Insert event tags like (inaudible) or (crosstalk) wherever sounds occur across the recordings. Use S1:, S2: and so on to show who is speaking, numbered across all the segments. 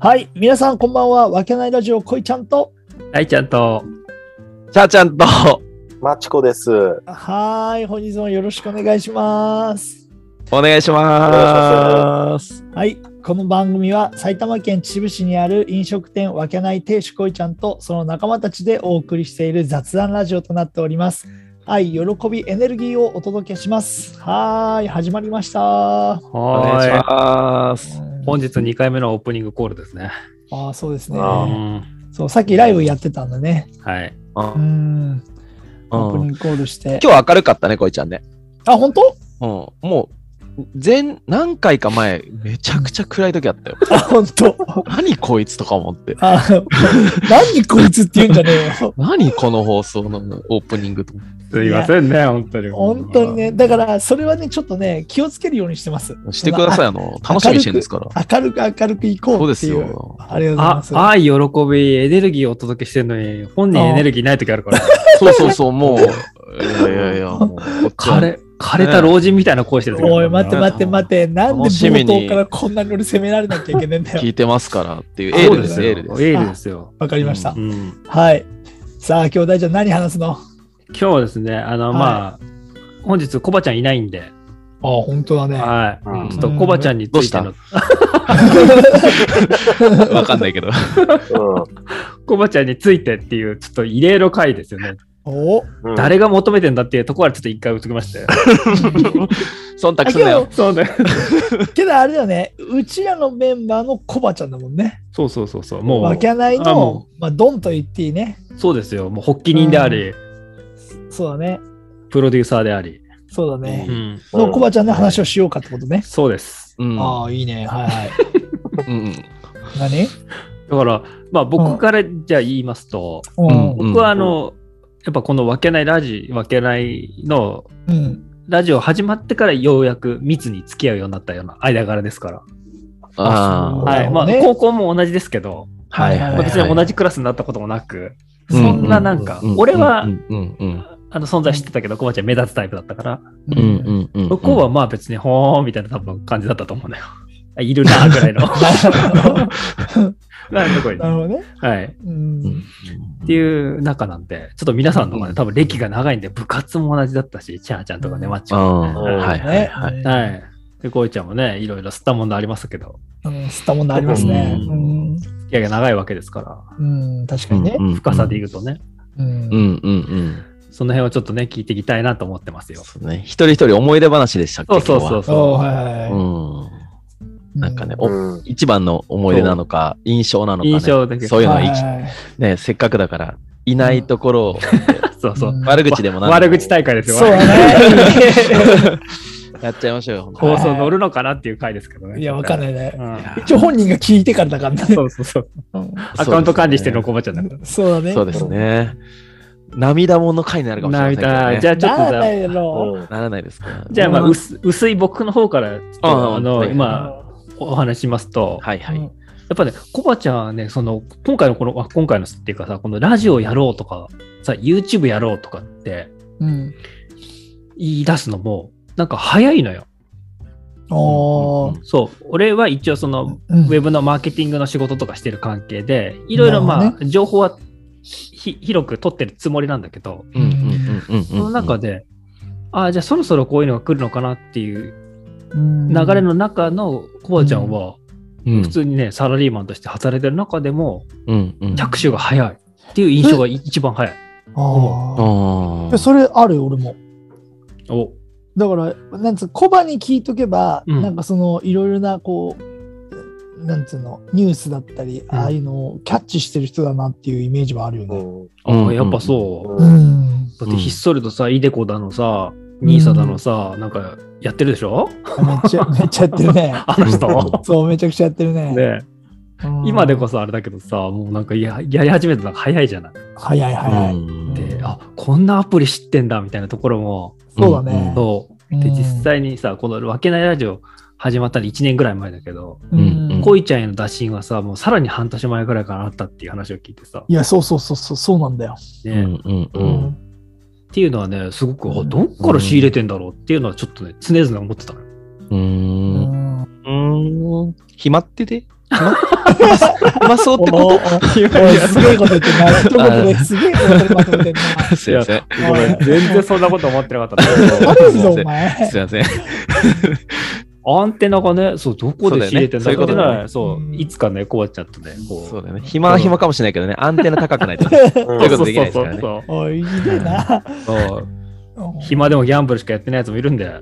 S1: はい、皆さんこんばんは。わけないラジオ、こいちゃんと。
S2: 大ちゃんと、
S3: ちゃーちゃんと、
S4: マチコです。よ
S1: はーい、本日もよろしくお願いします。
S3: お願いします。
S1: はい、この番組は埼玉県秩父市にある飲食店わけない亭主こいちゃんとその仲間たちでお送りしている雑談ラジオとなっております。愛、喜び、エネルギーをお届けします。はーい、始まりました。
S3: お
S2: は
S3: 願いし
S2: ーい
S3: ます。
S2: 本日2回目のオープニングコールですね。
S1: ああ、そうですね。
S2: う
S4: あ
S2: ん、
S1: そう、さっきライブやってたんだね。
S2: はい。
S3: う
S1: うんん、オープニン
S3: 今
S1: グコールして。
S3: 日は明るかったね、こいちゃんね。
S1: あ、本当？ (laughs)
S3: うん、もう、前、何回か前、めちゃくちゃ暗い時あ (laughs) ったよ。
S1: あ、本当。
S3: 何こいつとか思って。
S1: あ、何こいつって言うんじゃねえ
S3: (laughs)
S1: よ。
S3: 何この放送のオープニングと。
S2: すいませんね、本当に。
S1: 本当に。ね、だからそれはね、ちょっとね、気をつけるようにしてます。
S3: してください、あの、楽しみにしてるんですから。
S1: 明るく明るく行こ
S3: そう
S1: う
S3: で
S1: って
S3: す
S1: いう。
S3: よ。
S1: ありがとうござい
S2: あ
S1: ま、す。
S2: 愛、喜び、エネルギーをお届けしてるのに、本人エネルギーない時あるから。
S3: そうそうそう、もう、いやいやいや、もう、こっちは
S2: 枯れ、枯れた老人みたいな声してる時ある
S1: おい、待って待って待って、なんで
S3: 楽しみ
S1: 冒
S3: に
S1: 頭からこんなに俺責められなきゃいけないんだ
S3: 聞
S1: よ。
S3: いてますからっていう、エ
S2: そ
S3: ー
S2: うで
S3: ルですす、
S2: よ。
S3: エ
S2: エ
S3: ールです。
S2: ールですよ。
S1: わかりました。
S2: うん
S1: はい。さあ、兄弟じゃん何話すのあ、
S2: 今日はですね、あの、まあ、本日、コバちゃんいないんで、
S1: 本当だね。
S2: は
S4: うん
S2: い。ちょっとコバちゃんについて
S3: ど
S2: の、
S3: わかんないけど。
S2: コバちゃんについてっていう、ちょっと異例の回ですよね。 (laughs)
S1: お
S4: うん、
S2: 誰が求めてんだっていうところはちょっと一回打っときまして。
S3: 忖度すんなよ。
S2: そうね。
S1: けどあれだよね、うちらのメンバーのコバちゃんだもんね。
S2: そうそうそうそう。もう。
S1: わけない
S2: あも
S1: の、まあ、ドンと言っていいね。
S2: そうですよ。もう発起人であり、
S1: そうだね。
S2: プロデューサーであり。
S1: そうだね。
S2: ん、
S4: うん
S1: のコバちゃんの話をしようかってことね。
S2: そうです。
S3: うん。
S1: ああ、いいね。はい
S3: (laughs)
S1: はい。
S3: うん
S1: 何
S2: だから、まあ
S1: うん
S2: 僕からじゃあ言いますと、
S1: うん
S3: うん
S2: 僕はあの、やっぱこの分けないラジ、分けないの、
S1: うん。
S2: ラジオ始まってからようやく密に付き合うようになったような間柄ですから。
S3: あ
S1: な
S2: は
S1: る
S2: い。
S1: ほ
S2: ま
S1: ど
S2: あ
S1: ね
S2: 高校も同じですけど、
S3: あ。はいはい
S2: ま
S3: は
S2: あ
S3: い。
S2: 別に同じクラスになったこともなく、
S3: うん
S2: そんななんか
S3: うん、
S2: 俺は
S3: うんうんうん
S2: あの存在知ってたけど、コバちゃん目立つタイプだったから、
S1: う
S3: うんうんうんうん。
S2: 向こうはまあ別に、ほーんみたいな多分感じだったと思うんだよ。あ (laughs) いるなーぐらいの。 (laughs) なんかこれ
S1: なるほどね。
S2: はい。っ
S1: うん
S3: うん。
S2: ていう中なんで、ちょっと皆さんの方が
S3: う
S2: ね、
S3: ん
S2: 多分歴が長いんで、部活も同じだったし、チャーちゃんとかね、マッチ
S3: あ
S2: ョ。
S3: あ、はいはい
S1: ね
S3: はい。
S1: うん
S2: はい。で、こういちゃんもね、いろいろ吸ったものありますけど、
S1: うん吸ったものありますね。
S2: う
S1: うん。
S2: 付き合いが長いわけですから、
S1: うん、確かにね。
S2: 深さで言うとね、
S1: う。
S3: うんんうんうん。
S2: その辺をちょっとね、聞いていきたいなと思ってますよ。
S3: そうね。一人一人思い出話でしたっけ
S2: そうそうそう
S1: おお
S2: そ
S1: はいはいは
S3: 今日は。
S1: い。
S3: なんかね
S4: う
S3: お
S4: ん
S3: うん。一番の思い出なのか、印象なの
S2: う。
S3: かね。
S2: 印象的。
S3: そういうの
S1: は
S3: はいい
S1: はい
S3: ち
S1: はい
S3: ね、せっかくだから、いないところを、
S2: そうそうう。
S1: ん
S3: 悪口でもなん
S2: 悪
S3: で
S2: 口大会ですよ。
S1: そう
S3: (laughs)
S1: だね。
S3: もやっちゃいましょうよほんと。
S2: 放送乗るのかなっていう回ですけどね。
S1: いや、わかん
S2: い。
S1: ないね。
S3: いや
S1: 一応本人が聞いてからだからね
S2: そ。うそうそう。
S1: うん
S2: アカウント管理してるのコバちゃんだから。
S1: そうだね。
S3: そうですね。涙もんの回になるかもしれませんけど
S2: な
S3: ね。
S2: じゃあちょっと
S1: な
S2: じ
S1: ら
S2: ゃあ
S1: ないだろ
S4: うん
S3: ならないですか。
S2: じゃあ、まあ、
S1: うん
S2: 薄薄い僕の方からちょっと、
S3: ああ
S2: あの、
S3: はい
S1: うん
S2: 今、お話ししますと、
S3: はいは
S1: う
S3: い
S1: ん。
S2: やっぱね、コバちゃんはね、その、今回のこの、あ今回のっていうかさ、このラジオやろうとか、さ、YouTube やろうとかって
S1: うん。
S2: 言い出すのも、なんか早いのよ。
S1: おー
S2: そう。俺は一応その、
S1: うん
S2: ウェブのマーケティングの仕事とかしてる関係で、いろいろ
S1: な
S2: ま
S1: る
S2: あ、情報はひ広く取ってるつもりなんだけど、
S3: うんうんうんうんうん。
S2: その中で、ああ、じゃあそろそろこういうのが来るのかなっていう
S1: うん
S2: 流れの中のコバちゃんは、
S3: うん、
S2: 普通にね、サラリーマンとして働いてる中でも、
S3: うんうん。
S2: 着手が早いっていう印象が一番早い。
S1: あー
S3: あ
S1: でそれあるよ、俺も。
S2: お
S1: だから、なんつう、コバに聞いとけば、
S2: うん
S1: なんかその、いろいろな、こう、なんつうの、ニュースだったり、
S2: ん
S1: ああいうのをキャッチしてる人だなっていうイメージはあるよね。
S2: あーやっぱそう。
S4: うん
S1: ん。
S2: だってひっそりとさ、イデコだのさ、ニーサだのさ、なんかやってるでしょ
S1: めっちゃ、めっちゃやってるね。
S2: あの人。
S1: そう、めちゃくちゃやってるね。
S2: (laughs) ね
S1: うん
S2: 今でこそあれだけどさ、もうなんかややり始めたのが早いじゃない。
S1: 早い早い。
S3: うん
S1: で
S2: で、あこんなアプリ知ってんだみたいなところも、
S1: そうだね。
S2: そう。
S1: う
S2: で、
S1: ん
S2: 実際にさ、このわけないラジオ始まったの1年ぐらい前だけど、
S1: うん
S3: うんうん
S1: こう
S2: 恋ちゃんへの打診はさ、もうさらに半年前ぐらいからあったっていう話を聞いてさ、
S1: いや、そうそうそうそう、そうなんだよ。
S2: ね
S3: うんうん
S1: う
S3: うん。
S2: っていうのはね、すごく、
S1: う
S2: あ
S1: ん
S2: どっから仕入れてんだろうっていうのはちょっとね、常々思ってたのよ。
S3: うー
S1: ん。
S3: ん。うーん。暇っててうまそうって
S1: お
S3: こ
S1: お
S3: とい
S1: お
S3: やいや
S1: すげえこと言ってんな。一言ですげえことでまとめてんな。
S3: すいません。
S2: ごめん、全然そんなこと思ってなか (laughs) った
S1: あ
S2: んだけ
S1: る
S2: ど。
S1: ぞ、お前。
S3: すいません。
S2: アンテナがね、そう、どこで仕入れてんだ
S3: そうだよねそういうことだ
S2: ね。そうう、
S1: ん
S2: いつかね、困っちゃってね。こ
S3: そうだよね。暇は暇かもしれないけどね、アンテナ高くないとね。
S4: うん
S3: そういうことできないですからね
S2: そうそう
S1: おい、いいねな。
S3: そう
S1: うん
S2: 暇でもギャンブルしかやってないやつもいるんで、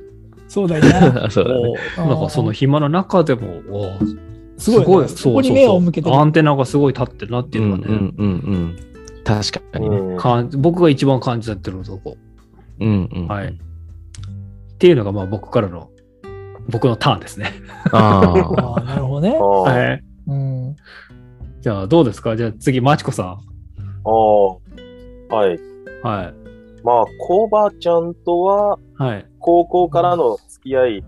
S1: そうだよな。
S3: そうだね。
S2: おなんかその暇の中でも、お
S1: すごいな。
S2: そう
S1: そこに目を向けてる
S2: アンテナがすごい立ってるなって
S3: う
S2: い
S3: ん
S2: うの
S3: うん
S2: が
S3: う
S2: ね、
S3: んうん。確かにね。
S4: うん
S2: かん僕が一番感じたってるとこ。
S3: うんうん。
S2: はい。っていうのが、まあ僕からの、僕のターンですね。
S3: あ
S1: ああ、なるほどね。
S4: おー
S2: はい。
S1: うん。
S2: じゃあどうですかじゃあ次、まちこさ
S4: おーはい。
S2: ん。はい。
S4: まあ、コバちゃんとは、
S2: はい。
S4: 高校からの付き合い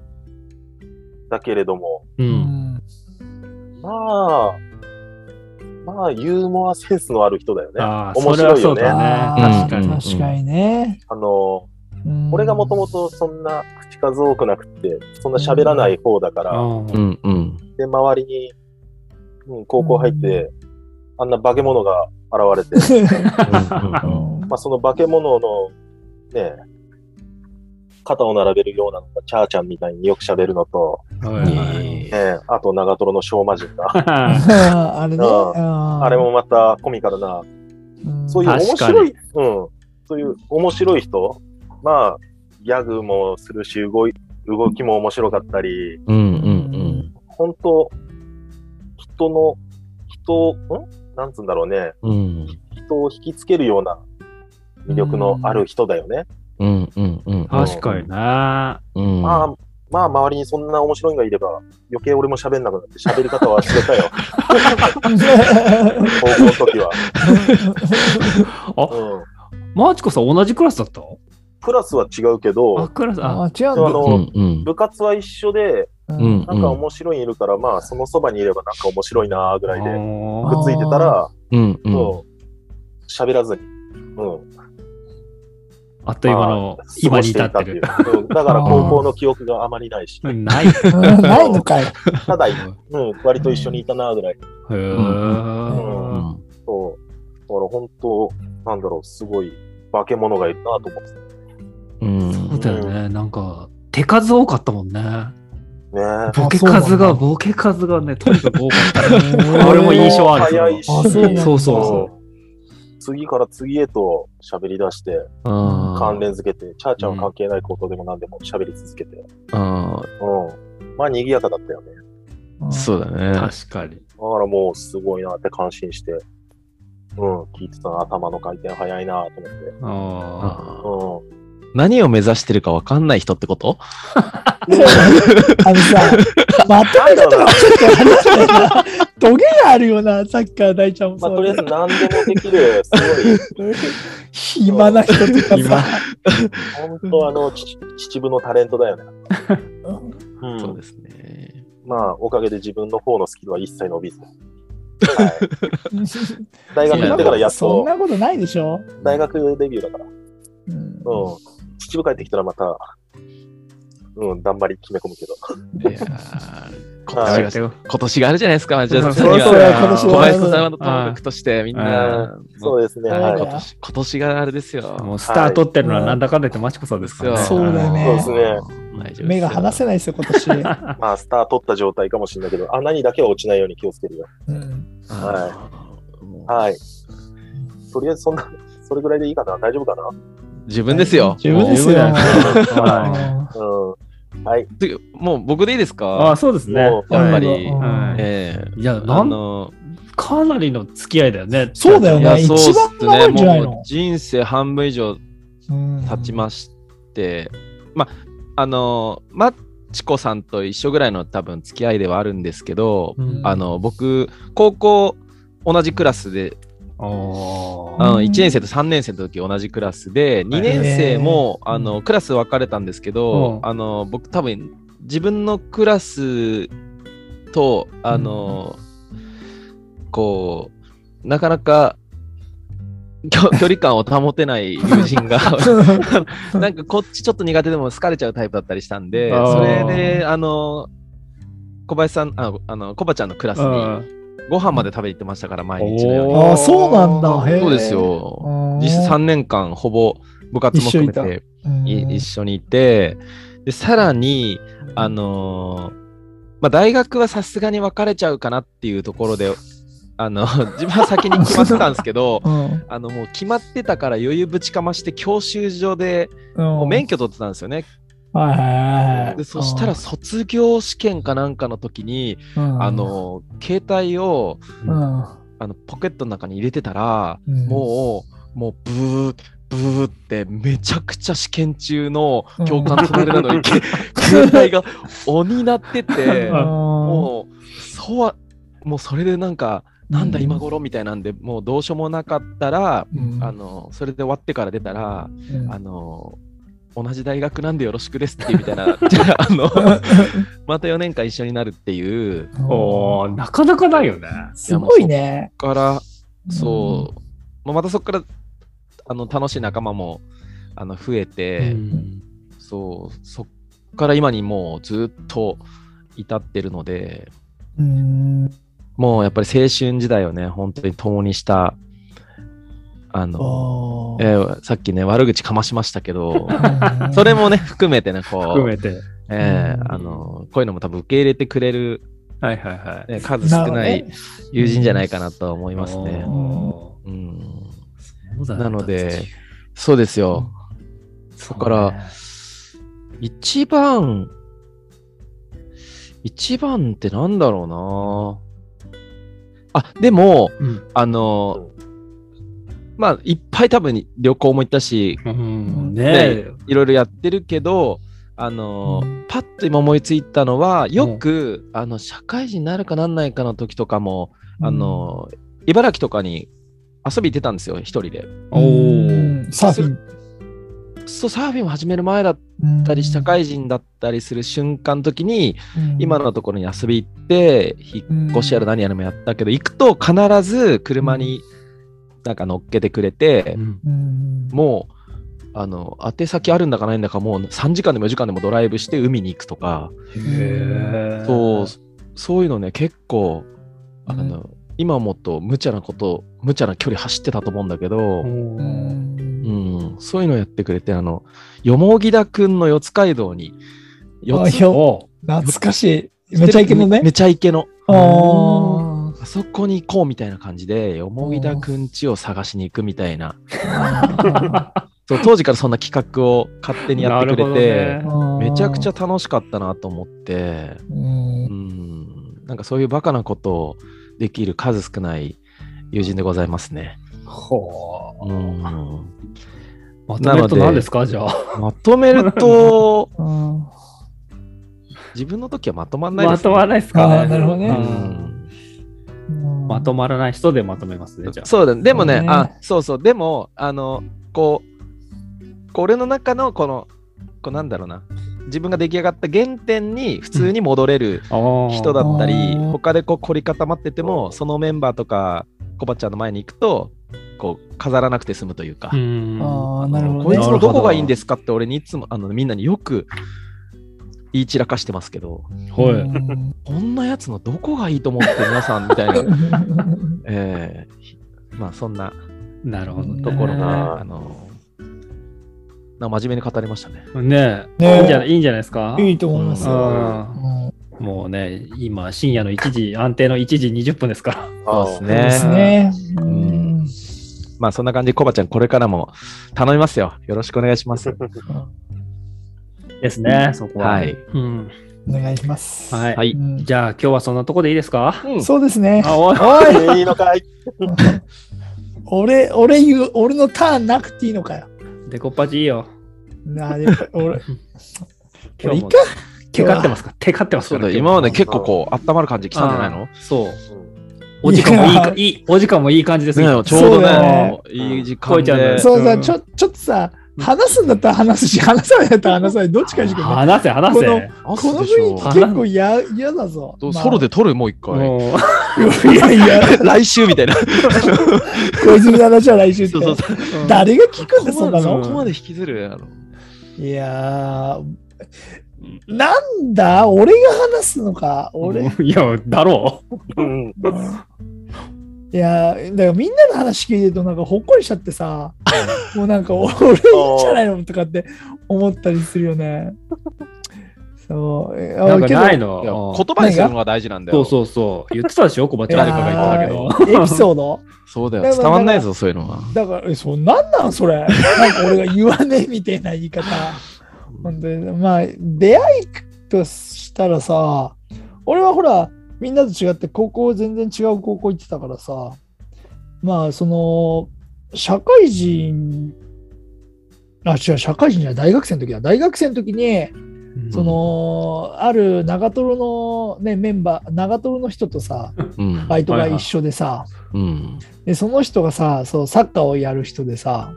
S4: だけれども、
S2: う。
S1: うんん
S4: まあ、まあ、ユーモアセンスのある人だよね。
S2: ああ、
S4: 面
S2: それは
S4: 白い
S2: そ
S4: よ
S2: う
S4: ね。
S2: だ
S1: あ
S4: あ
S2: ね。
S1: ー
S2: 確かに。
S1: 確かにね。
S4: の、
S1: うん
S4: 俺がもともとそんな口数多くなくて、そんな喋らない方だから、
S3: あ。うんうん。
S4: で、周りに、うん、高校入って、あんな化け物が現 (laughs) れて、
S1: うん (laughs)
S4: まあ、その化け物の、ね、肩を並べるようなのが、チャーちゃんみたいによく喋るのと、
S2: はいはい
S4: ねあと長瀞の小魔人が、
S2: は
S1: あれね。
S4: うん
S1: あ
S4: あれもまたコミカルな、そういううん面
S2: 確か
S4: 白
S2: に
S4: い、うん、そういう面白い人、まあ、ギャグもするし、動い動きも面白かったり、
S3: うんうん
S4: 本当人の、人、んなんつうんだろうね、
S3: うん。うん
S4: 人を引きつけるような魅力のあ
S1: (laughs)
S4: る人だよね。
S3: うんうんうん。
S2: い (laughs) 確かにな。
S3: うん。
S4: まあ、まあ、周りにそんな面白いのがいれば、余計俺も喋んなくなって、喋り方はしてたよ、
S2: (laughs)
S4: 高校の時は。
S2: あ、
S4: うん、
S2: まちこさん同じクラスだった
S4: クラスは違うけ
S2: あ、
S4: ど、
S2: クラス、あ、
S1: あ、違うん
S4: あ
S1: だ。
S4: の
S3: うんうん。
S4: 部活は一緒で、
S1: うん
S4: なんか面白いのいるから、まあ、そのそばにいればなんか面白いなぐらいで、
S2: あ
S4: くっついてたら、
S3: うんうん。
S4: そう、喋らずに。うん、
S2: あっという間の
S4: まあ
S2: 今に至ってる。
S4: 過ごしていたっていううんだから高校の記憶があまりないし、
S2: ない。へ
S1: ないのかい。
S4: ただ、うん、割と一緒にいたなぐらい。う
S2: ー
S3: う
S4: そう。だから本当、なんだろう、すごい化け物がいるなと思って
S3: ん。
S2: そうだよね。なんか、手数多かったもんね。
S4: たね。
S2: ボケ数が、ボケ数がね、とにかく多かったね。 (laughs)
S1: 俺
S2: も印象ある
S4: 早いし、。
S1: あそうなんだ
S2: そうそうそう
S4: 次から次へと喋り出して、
S3: うん。
S4: 関連づけて、チャーちゃんは関係ないことでも何でも喋り続けて。
S3: あ
S4: うん。まあ、賑やかだったよね。だか
S3: あ、そうだね。
S2: 確かに。
S4: らもう、すごいなって感心して、うん、聞いてたな頭の回転早いなと思って。
S2: あ
S3: (laughs)
S4: う
S3: 何を目指してるか分かんない人ってこと
S1: (laughs) あのさ、まとめたとかちょっと話したいな。トゲがあるよな、サッカー大ちゃんも
S4: ん。まあ、
S1: そ
S4: と
S1: う
S4: りあえ
S1: だ
S4: ず何でもできる、すごい。
S1: (laughs) 暇な人とかさ。
S4: 本当あの、ち秩父のタレントだよね。
S3: (laughs)
S4: うん
S3: そうですね。
S4: まあ、おかげで自分の方のスキルは一切伸びず。はい、大学行ってからやっ
S1: そん
S4: と、
S1: なことないでしょ。
S4: 大学デビューだから。うん。
S1: うん
S4: 秩父帰ってきたらまた、うん、だんまり決め込むけど。
S3: いやー今
S4: はい
S3: 年が今年があるじゃないですか、まあじゃあ
S2: そうそう
S3: 次は
S1: 今年
S3: 小
S1: は
S3: 林さんのともかくとして、みんな、もう
S4: そうですね。
S1: はい
S4: はい。
S3: 今年今年があれですよ。
S2: もうスタートってるのはなんだかんだ言ってマチコさんですからね。
S1: そうだよね
S4: そうです
S3: 大丈夫
S1: 目が離せないですよ、今
S3: (laughs)
S1: 年。
S4: まあ、スター取った状態かもしれないけど、穴にだけは落ちないように気をつけるよ。
S1: うん
S3: はい。も
S4: はい。とりあえず、そんな、それぐらいでいいかな大丈夫かな
S3: う自分ですよ。
S1: 自分ですよ。
S4: うん。はい。
S3: 次もう僕でいいです
S2: あ
S3: か
S2: あ、そうですね。
S4: もう
S3: やっぱ
S1: う
S3: り。
S1: ん
S3: ええ
S2: いや、な
S3: あ
S2: ん
S3: の
S2: かなりの付き合いだよね。
S1: そうだよ
S3: い
S1: ね
S3: やそうっす
S1: 一番長いんじゃない
S3: ね。
S1: の
S3: もう人生半分以上経ちまして、まあのマチコさんと一緒ぐらいの多分付き合いではあるんですけど、
S2: うん
S3: あの僕高校同じクラスで、
S2: あ
S3: あ
S1: う
S3: の
S1: ん
S3: 1年生と3年生の時同じクラスで2年生もあのクラス分かれたんですけど、
S2: うん
S3: あの僕多分自分のクラスとあの、こうなかなかきょ距離感を保てない友人
S2: (laughs)
S3: がなんかこっちちょっと苦手でも好かれちゃうタイプだったりしたんで、
S2: あー
S3: それで、あの、小林さん、ああの、コバちゃんのクラス
S2: う
S3: に
S2: ん
S3: ご飯まで食べに行ってましたから、毎日のように。
S1: ああ、そうなんだ。へえ
S3: そうです。よ。実質3
S1: 三
S3: 年間、ほぼ部活も含め
S1: 一緒に、
S3: てい一緒にいて、で、さらに、あのーまあ、大学はさすがに別れちゃうかなっていうところで、あの、自分は先に決まってたんですけど
S1: うん
S3: あの、もう決まってたから余裕ぶちかまして、教習所で、もう免許取ってたんですよね。
S1: はいはいはい。
S3: で、そしたら卒業試験かなんかの時に、
S1: うん、
S3: あの、携帯を、
S1: うん、
S3: あのポケットの中に入れてたら、
S1: うん
S3: もうもうブーブーってめちゃくちゃ試験中の教官止める
S1: (laughs)
S3: なのに、け携帯が鬼になってて
S1: うん、も
S3: もうそうはもうそれでなんかなんだ今頃みたいなんで、もうどうしようもなかったら、
S1: うん
S3: あのそれで終わってから出たら、
S1: うん (laughs)
S3: あの同じ大学なんでよろしくですっていうみたいな (laughs) あのまた4年間一緒になるっていう (laughs)
S2: おーなかなかないよね。
S1: すごいね。
S3: からそう、まあまたそこからあの楽しい仲間もあの増えて、
S2: うん
S3: そうそこから今にもうずっと至ってるので
S1: うん。うん。
S3: もうやっぱり青春時代をね本当に共にしたあの、
S1: おー
S3: えーさっきね悪口かましましたけど
S1: (laughs) うん
S3: それもね含めてねこ
S2: 含
S3: う、
S2: めて。
S3: えー
S1: うん
S3: あのこういうのも多分受け入れてくれる、
S2: はいはいはい。
S3: ね数少な
S1: るほど
S3: い
S1: ね
S3: 友人じゃないかなとは思います
S2: おー
S3: ね。
S1: う
S3: うん
S2: そうだった
S3: なので
S2: っていう
S3: そうですよ、
S2: そ
S3: だから、一番、一番ってなんだろうなあ、でも、
S2: うん
S3: あの、まあ、いっぱい多分旅行も行ったし、
S2: うん、ね
S3: いろいろやってるけど、あの、
S1: うん
S3: パッと今思いついたのは、よく、あの、社会人になるかなんないかの時とかも、あ、の、茨城とかに遊び行ってたんですよ、一人で。
S2: おー
S1: うんサーフィン
S3: そう、サーフィンを始める前だっ
S1: うん
S3: たり、社会人だったりする瞬間の時に、
S1: うん
S3: 今のところに遊び行って引っ越しやら何やらもやったけど行くと必ず車になんか乗っけてくれて
S2: うん
S1: うん
S3: もうあの宛先あるんだかないんだかもう3時間でも4時間でもドライブして海に行くとか
S2: へー
S3: そうそういうのね結構あの今思うと無茶なこと無茶な距離走ってたと思うんだけど
S2: お。
S1: う
S2: ー
S1: ん
S3: うん、そういうのやってくれてあのよもぎだくんの四街道に
S1: あ
S3: 四つ
S1: ひょ
S2: お
S1: 懐かしい。めちゃイケのね
S3: め。ちゃイケの
S1: あー
S3: あそこに行こうみたいな感じで、よもぎだくんちを探しに行くみたいな、
S1: あ
S3: そう当時からそんな企画を勝手に
S1: (laughs)
S3: やってくれて、
S1: ー
S3: めちゃくちゃ。楽しかったなと思って、
S1: うん
S3: うん、なんかそういうバカなことをできる数少ない友人でございますね。
S2: ほう
S3: うん、
S2: まとめると
S3: なので
S2: 何ですかじゃあ。
S3: まとめると、
S1: (laughs) うん
S3: 自分の時はまとまんないで、
S2: ます
S3: ね。
S2: とまらないです
S1: あ
S2: か
S1: ー
S2: ね。
S1: なるほどね
S3: うん
S1: うん
S2: まとまらない人でまとめますね、じゃあ。
S3: そうだねでもね
S1: そうね
S3: あそうそうでもあのこうこう俺の中のこのこうなんだろうな自分が出来上がった原点に普通に戻れる人だったり、
S1: うん
S3: 他でこう凝り固まっててもそのメンバーとかコバちゃんの前に行くとこう飾らなくて済むというか、
S2: あーうん。
S1: ああ、なるほど
S3: こ
S1: ね
S3: いつのどこがいいんですすかって俺にいつもあのみんなによく言い散らかしてますけど
S2: ほい。
S3: こんなやつのどこがいいと思って皆さんみたいな、 (laughs)
S1: (laughs)
S3: えーまあそんな
S2: なるほどね。
S3: ところが、ね
S4: うん
S3: あのなんか真面目に語りましたね。
S2: ね
S1: ね
S2: え
S1: え
S2: いいんじゃないいいんじゃないですか
S1: いいと思いますよ。
S2: うんもうね、今、深夜の1時、安定の1時20分ですから。
S3: そうです
S1: そうですね。うん
S3: まあそんな感じでコバちゃんこれからも頼みますよ。よろしくお願いします。
S2: ですね、そこは。
S3: はい
S2: うん。
S1: お願いします。
S2: はい。
S3: はい
S1: うん
S2: じゃあ、今日はそんなとこでいいですか
S3: うん
S1: そうですね。
S2: あ、おい。
S4: おいいいのかい
S1: (laughs) 俺、俺言う、俺のターンなくていいのかよ。
S2: デコパチいいよ。
S1: なあ、でも
S3: (laughs)
S1: 俺、
S2: 今日も
S1: いいか
S2: 手勝ってますか手勝ってます
S3: そ
S2: か
S3: う
S2: ら
S3: だ、今まで
S2: 今
S3: 結構こう、温まる感じき
S2: 日
S3: たんじゃないの
S2: あーそう。
S4: うん
S2: お時間も
S1: い
S2: いいか
S1: やー
S2: いい、お時間もいい感じですね。
S3: ねちょうど
S1: そうだ
S3: ね
S1: ね、
S3: いい時
S2: コ
S3: 間
S2: バちゃん
S3: で
S2: ね。
S1: そう
S2: う
S1: さ、
S2: ん
S1: ちょ、ちょっとさ、話すんだったら話すし、話さないんだったら話さない。どっちかにしてくれ。こ
S2: 話せ、話せ。
S1: の
S3: あ
S1: 雰
S3: そう
S1: 囲
S3: でし
S1: 気結構や嫌だぞ。
S3: ょ
S1: まあ
S3: ソロで撮るもう一回。
S2: もう
S1: いやいや、
S3: (laughs) 来週みたいな。
S1: 小泉の話は来週って
S3: そうそうそう。
S1: 誰が聞くんだ、そんな
S3: そ
S1: の。
S3: こまで引きずるあの
S1: いやー、なんだ俺が話すのか俺、い
S2: いや、だろう。
S4: うん。
S1: (laughs) やだからみんなの話聞いてるとなんかほっこりしちゃってさもうなんか俺いいんじゃないのとかって思ったりするよねそうえあ
S2: なんか
S1: けど
S2: ない
S3: いや
S2: の。うん
S3: 言葉にするのが大事なんだ
S2: そ
S3: よ。
S2: うそうそう。言ってたでしょ、小
S1: い
S2: 鉢
S1: や
S2: 誰かが言ってたけど。
S1: エピソード
S3: そうだ
S1: で
S3: よ。
S1: も
S3: 伝わんないぞ、そういうのは。
S1: だからえそうなんなんそれなんか俺が言わねえみたいな言い方本当にまあ出会いとしたらさ俺はほらみんなと違って高校全然違う高校行ってたからさまあその社会人あ違う社会人じゃない大学生の時だ大学生の時に
S2: うん
S1: そのある長瀞の、ね、メンバー長瀞の人とさ
S3: うん。
S1: バイトが一緒でさ、
S3: うん。
S1: でその人がさそうサッカーをやる人でさ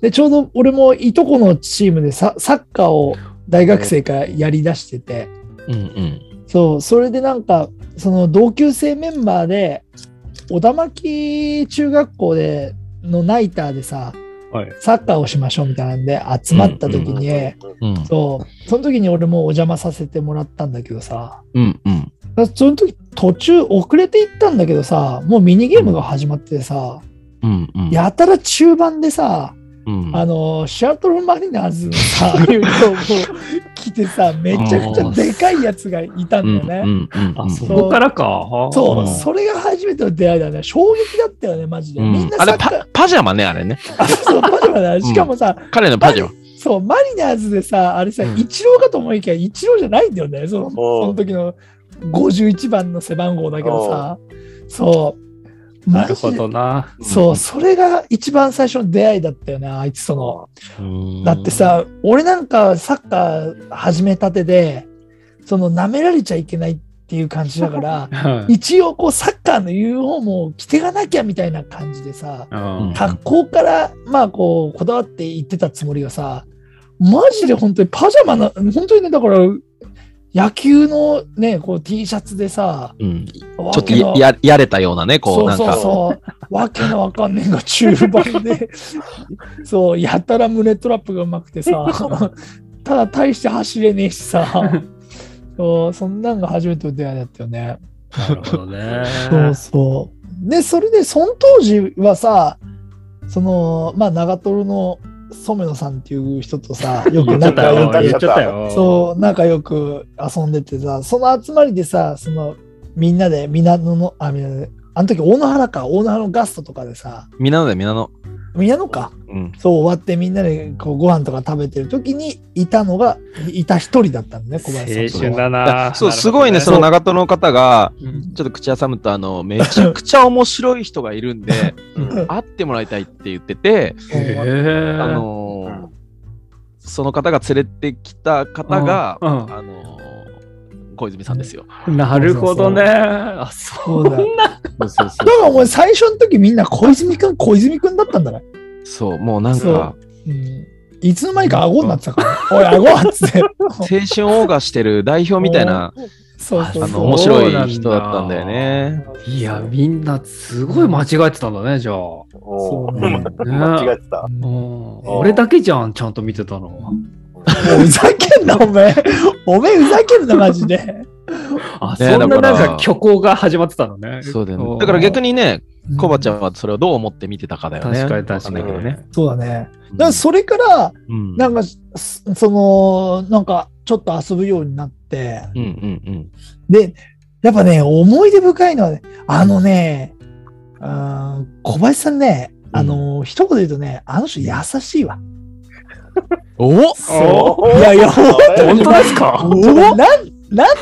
S1: でちょうど俺もいとこのチームでさサッカーを大学生からやりだしてて
S3: うんうん。
S1: そうそれでなんかその同級生メンバーで小田巻中学校でのナイターでさ
S2: はい。
S1: サッカーをしましょうみたいなんで集ま (laughs) った時に、
S3: うん
S1: そうその時に俺もお邪魔させてもらったんだけどさ
S3: うんうん。
S1: その時途中遅れていったんだけどさもうミニゲームが始まってさ、
S3: うんうん。
S1: やたら中盤でさ、
S3: うん、
S1: あの、シアトルマリナーズのさ、
S3: (laughs)
S1: ユニフォームを着てさ、めちゃくちゃでかいやつがいたんだよ
S3: うん
S1: ね。
S3: うんうんうん
S2: あ、そこからか。
S1: そうう、
S2: ん
S1: それが初めての出会いだね。衝撃だったよね、マジで。
S3: うん
S1: みんなサ
S3: あれ
S1: ッカー
S3: パ、パジャマね、あれね。
S1: あ (laughs) そうパジャマだしかもさ、
S3: 彼のパジャマ。
S1: そう、マリナーズでさ、あれさ、
S3: うん
S1: イチローかと思いきや、イチローじゃないんだよね、そのそ
S4: おう
S1: の時の51番の背番号だけどさ、そう、
S2: な
S1: マ
S2: る
S1: ジ
S2: ほ
S1: で
S2: どな。
S1: そう、それが一番最初の出会いだったよね、あいつとの。
S3: うん
S1: だって、さ、俺なんかサッカー始めたてで、その舐められちゃいけないっていう感じだから、
S2: はい
S1: 一応こうサッカーのユニフォームを着てがなきゃみたいな感じでさ、
S2: うん
S1: 格好からまあこうこだわって言ってたつもりがさ、マジで本当にパジャマな、本当にね、だから野球のね、こう T シャツでさ、
S3: うん、ち
S1: ちょ
S3: ょっとやややれたようなね、こう、
S1: そう
S3: なん
S1: そう
S3: か。
S1: そう。わけのわかんねえが中盤
S3: (laughs)
S1: で、そう、やたら胸トラップがうまくて
S3: (laughs)
S1: さ、ただ大して走れねえしさ、そうそんなんが初めての出会いだったよね。
S2: なるほどね。
S1: そうそう。で、それで、その当時はさ、その、まあ、長瀞の染野さんっていう人とさ、よく
S2: 言っちゃ
S1: 仲
S2: った
S1: 良
S2: よ。
S1: く
S2: 言っちゃったよ。
S1: そう、仲良く遊んでてさ、その集まりでさ、そのみんなで、みなのの、あ、みなので、あの時大野原か、大野原のガストとかでさ、
S3: みんなので、みんなの。
S1: 宮野か、
S3: うん。
S1: そう終わってみんなでこうご飯とか食べてる時にいたのが、いいた一人だったんだね、小林さん
S2: 青
S1: と
S2: 春
S1: は。
S2: だ
S3: いや
S2: な。
S3: そう、すごいね、そ
S2: な
S3: の
S2: る
S3: 長門の方が、
S2: ほどね
S3: ちょっと口挟むと、あの、めちゃくちゃ面白い人がいるんで、
S4: うん
S3: 会ってもらいたいって言ってて、
S2: へ
S1: うん
S2: え。
S3: あのーその方が連れてきた方が、
S2: うん
S3: あのー小泉さんですよ。
S2: なるほどね。あ、そ
S1: そうだよ
S2: んな。
S3: そう
S1: だからお前最初の時みんな小泉くん、小泉くんだったんだね。
S3: もうなん
S1: そう
S3: か、
S1: うん。いつの間にか顎になってたから。おい、顎はっつって。
S3: 青春謳歌してる代 (laughs) 表みたいな、
S1: そうそう
S3: あ
S1: そ
S3: の、
S1: う。
S3: 面白い人だったんだよね。
S2: いや、みんなすごい間違えてたんだね、じゃあ。
S4: お
S1: そう (laughs)
S4: う
S1: ね
S4: 間違ってた。
S2: うん俺だけじゃん、ちゃんと見てたの。
S1: もうふざけんな、おめえ。おめえふざけんな、マジで。
S2: あ、
S3: ね
S2: そんな
S3: だか
S2: な
S3: ら
S2: んか虚構が始まってたのね。
S3: そうだよ
S2: う
S3: ね。
S2: ん
S3: だから逆にね、コバちゃんはそれをどう思って見てたかだよね。
S2: 確かに確かに
S3: わんないけどね。
S1: そうだね。だからそれから、
S3: うん
S1: なんか、すその、なんか、ちょっと遊ぶようになって、
S3: うんうんうん。
S1: で、やっぱね、思い出深いのはね、あのね、あー小林さんね、あのー一言で言うとね、あの人優しいわ。
S3: お
S1: そ
S4: お
S1: う。いやいや、
S4: 本当
S1: 本当
S2: (laughs) 本当
S1: に
S2: ですか
S1: おなん、なん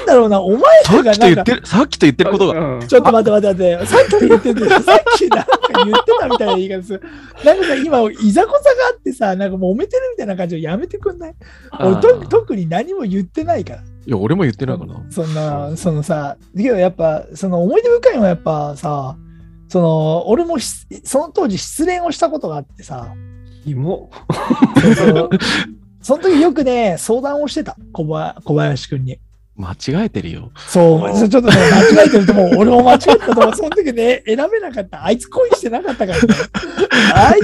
S1: だろうな、お前
S3: さ
S1: ら
S3: っ
S1: が
S3: きと
S1: なん
S3: 言っ
S1: か、
S3: てる、さっきと言ってることが。
S2: うん
S1: ちょっと待って待って待って、さっき言ってて、さっきなんか言ってたみたいな言い方する。なんかさ、今、いざこざがあってさ、なんかもう揉めてるみたいな感じをやめてくんない俺
S3: あ
S1: と
S3: ー
S1: 特に何も言ってないから。
S3: いや、俺も言ってないかな。
S1: そんな、そのさ、だけどやっぱ、その思い出深いのはやっぱさ、その、俺もしその当時失恋をしたことがあって
S3: (laughs)
S1: さ、
S2: キモ
S1: そのその時よくね、相談をしてた、小林小林くんに。
S3: 間違えてるよ。
S1: そう、ちょっとね、間違えてると思う。俺も間違えたと思う。その時ね、選べなかった。あいつ恋してなかったからね。あい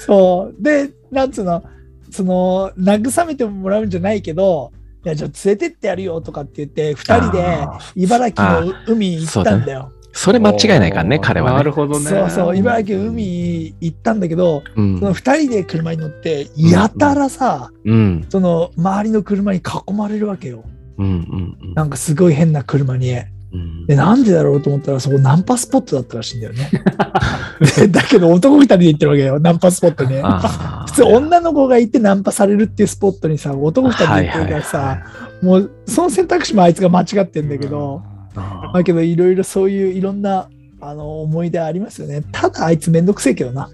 S1: つ、そう。で、なんつうの、その、慰めてもらうんじゃないけど、や、じゃあ連れてってやるよとかって言って、二人で
S3: あー
S1: 茨城の海行ったんだよ。
S3: それ間違いないからね、彼は
S2: な
S3: ね
S2: る。ほどね。
S1: そうそう、茨城の海行ったんだけど、
S3: うん
S1: その二人で車に乗って、やたらさ、
S3: うん。
S1: その周りの車に囲まれるわけよ。
S3: うん。うん。うん
S1: なんかすごい変な車に。
S3: うん
S1: で、なんでだろうと思ったら、そこナンパスポットだったらしいんだよね。 (laughs) でだけど男二人で行ってるわけよ、ナンパスポットね。
S3: あー
S1: 普通女の子が行ってナンパされるっていうスポットにさ、男二人で行ってるからさ、
S3: はいはい
S1: もうその選択肢もあいつが間違ってんだけど、
S3: あ
S1: まあけどいろいろそういういろんなあの思い出ありますよね。ただあいつめんどくせえけどな。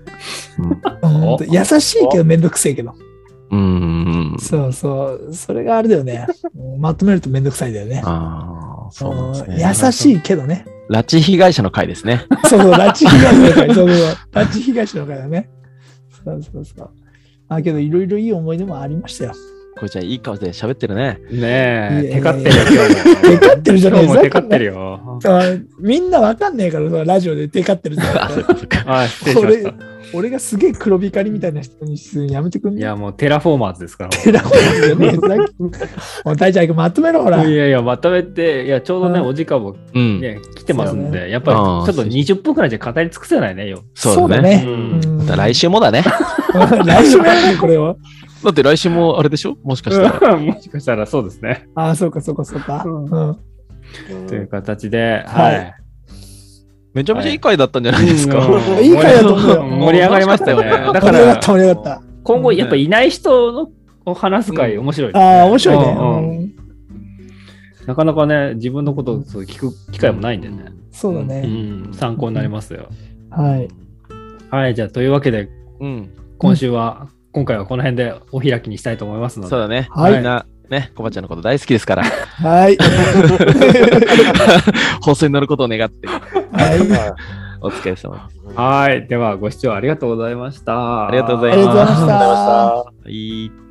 S1: うん
S2: お
S1: 優しいけどめんどくせえけど。
S3: ーうん。
S1: そうそう、それがあれだよ
S3: (laughs)
S1: ね。うんまとめるとめんどくさいんだよね。
S3: ああ、そうなん
S1: うん
S3: ですね。
S1: 優しいけどね。
S3: 拉致被害者の会ですね。
S1: そうそう、拉致被害の会、そうそう、拉致被害者の会だね。そうそうそう。あけど、いろいろいい思い出もありました
S2: (laughs)
S1: よ。
S3: これちゃんいい顔で喋ってるね。
S2: ね
S1: い
S2: え、
S1: や
S2: テカってるよ、今日も。
S1: テカってるじゃねえ
S2: 今日もテカってるよ。
S1: あみんなわかんねえから、そのラジオで手かってるじゃ
S3: あ、
S1: ん
S3: そうかそうか。
S2: はい、失礼しました。
S1: 俺がすげえ黒光りみたいな人にするのやめてくん
S2: い
S1: ね
S2: や、もうテラフォーマーズですから。
S1: え。だからねさっきもう大ちゃんくんまとめろ、ほら。
S2: いやいや、まとめて、いや、ちょうどね、
S1: うん
S2: お時間も
S3: うん。
S2: ね、来てますん
S1: そうだ
S2: で、やっぱりち
S3: あ
S2: ょ
S3: あ
S2: っと20分くらいじゃ語り尽くせないね、よ。
S3: そうだ
S1: ね。
S3: ね。
S2: うん
S1: うん
S3: また来週もだね。
S1: 来週もやるね、これを。
S3: (laughs) だって来週もあれでしょもしかしたら。
S2: (laughs) もしかしたらそうですね。
S1: ああ、そうか、そうか、そうか。
S2: うん
S1: うん
S2: (laughs) という形で、
S1: は
S2: はいい。
S3: めちゃめちゃいい回だったんじゃないですか。
S1: んいい回だと思うよ
S2: 盛り上がりまし
S1: (laughs)
S2: たよね。だか
S1: 盛り上がっ
S2: ら、
S1: た、盛り上がった。
S2: 今後やっぱいない人のを話す会面白いですね。
S1: ああ、面白いね。
S2: うんうん
S1: うん
S2: なかなかね、自分のことをそう聞く機会もないんでね。
S1: そうだ
S2: う
S1: ね。
S2: ん、参考になりますよ。
S1: はい。
S2: はい、じゃあ、というわけで、
S3: うん。
S2: 今週は、今回はこの辺でお開きにしたいと思いますの
S3: そう
S2: で。
S3: だね。
S1: はい
S3: みんな、ね、コバちゃんのこと大好きです (laughs) から、
S1: はい。
S3: 放送に乗ることを願って、
S1: はい。
S3: お疲れ様です。
S2: はい、では、ご視聴ありがとうございました。あ
S3: ありがとうござ
S1: あ
S3: い
S1: りがとうござい
S3: ま
S1: ました。
S4: ありがとうございました。
S3: はい。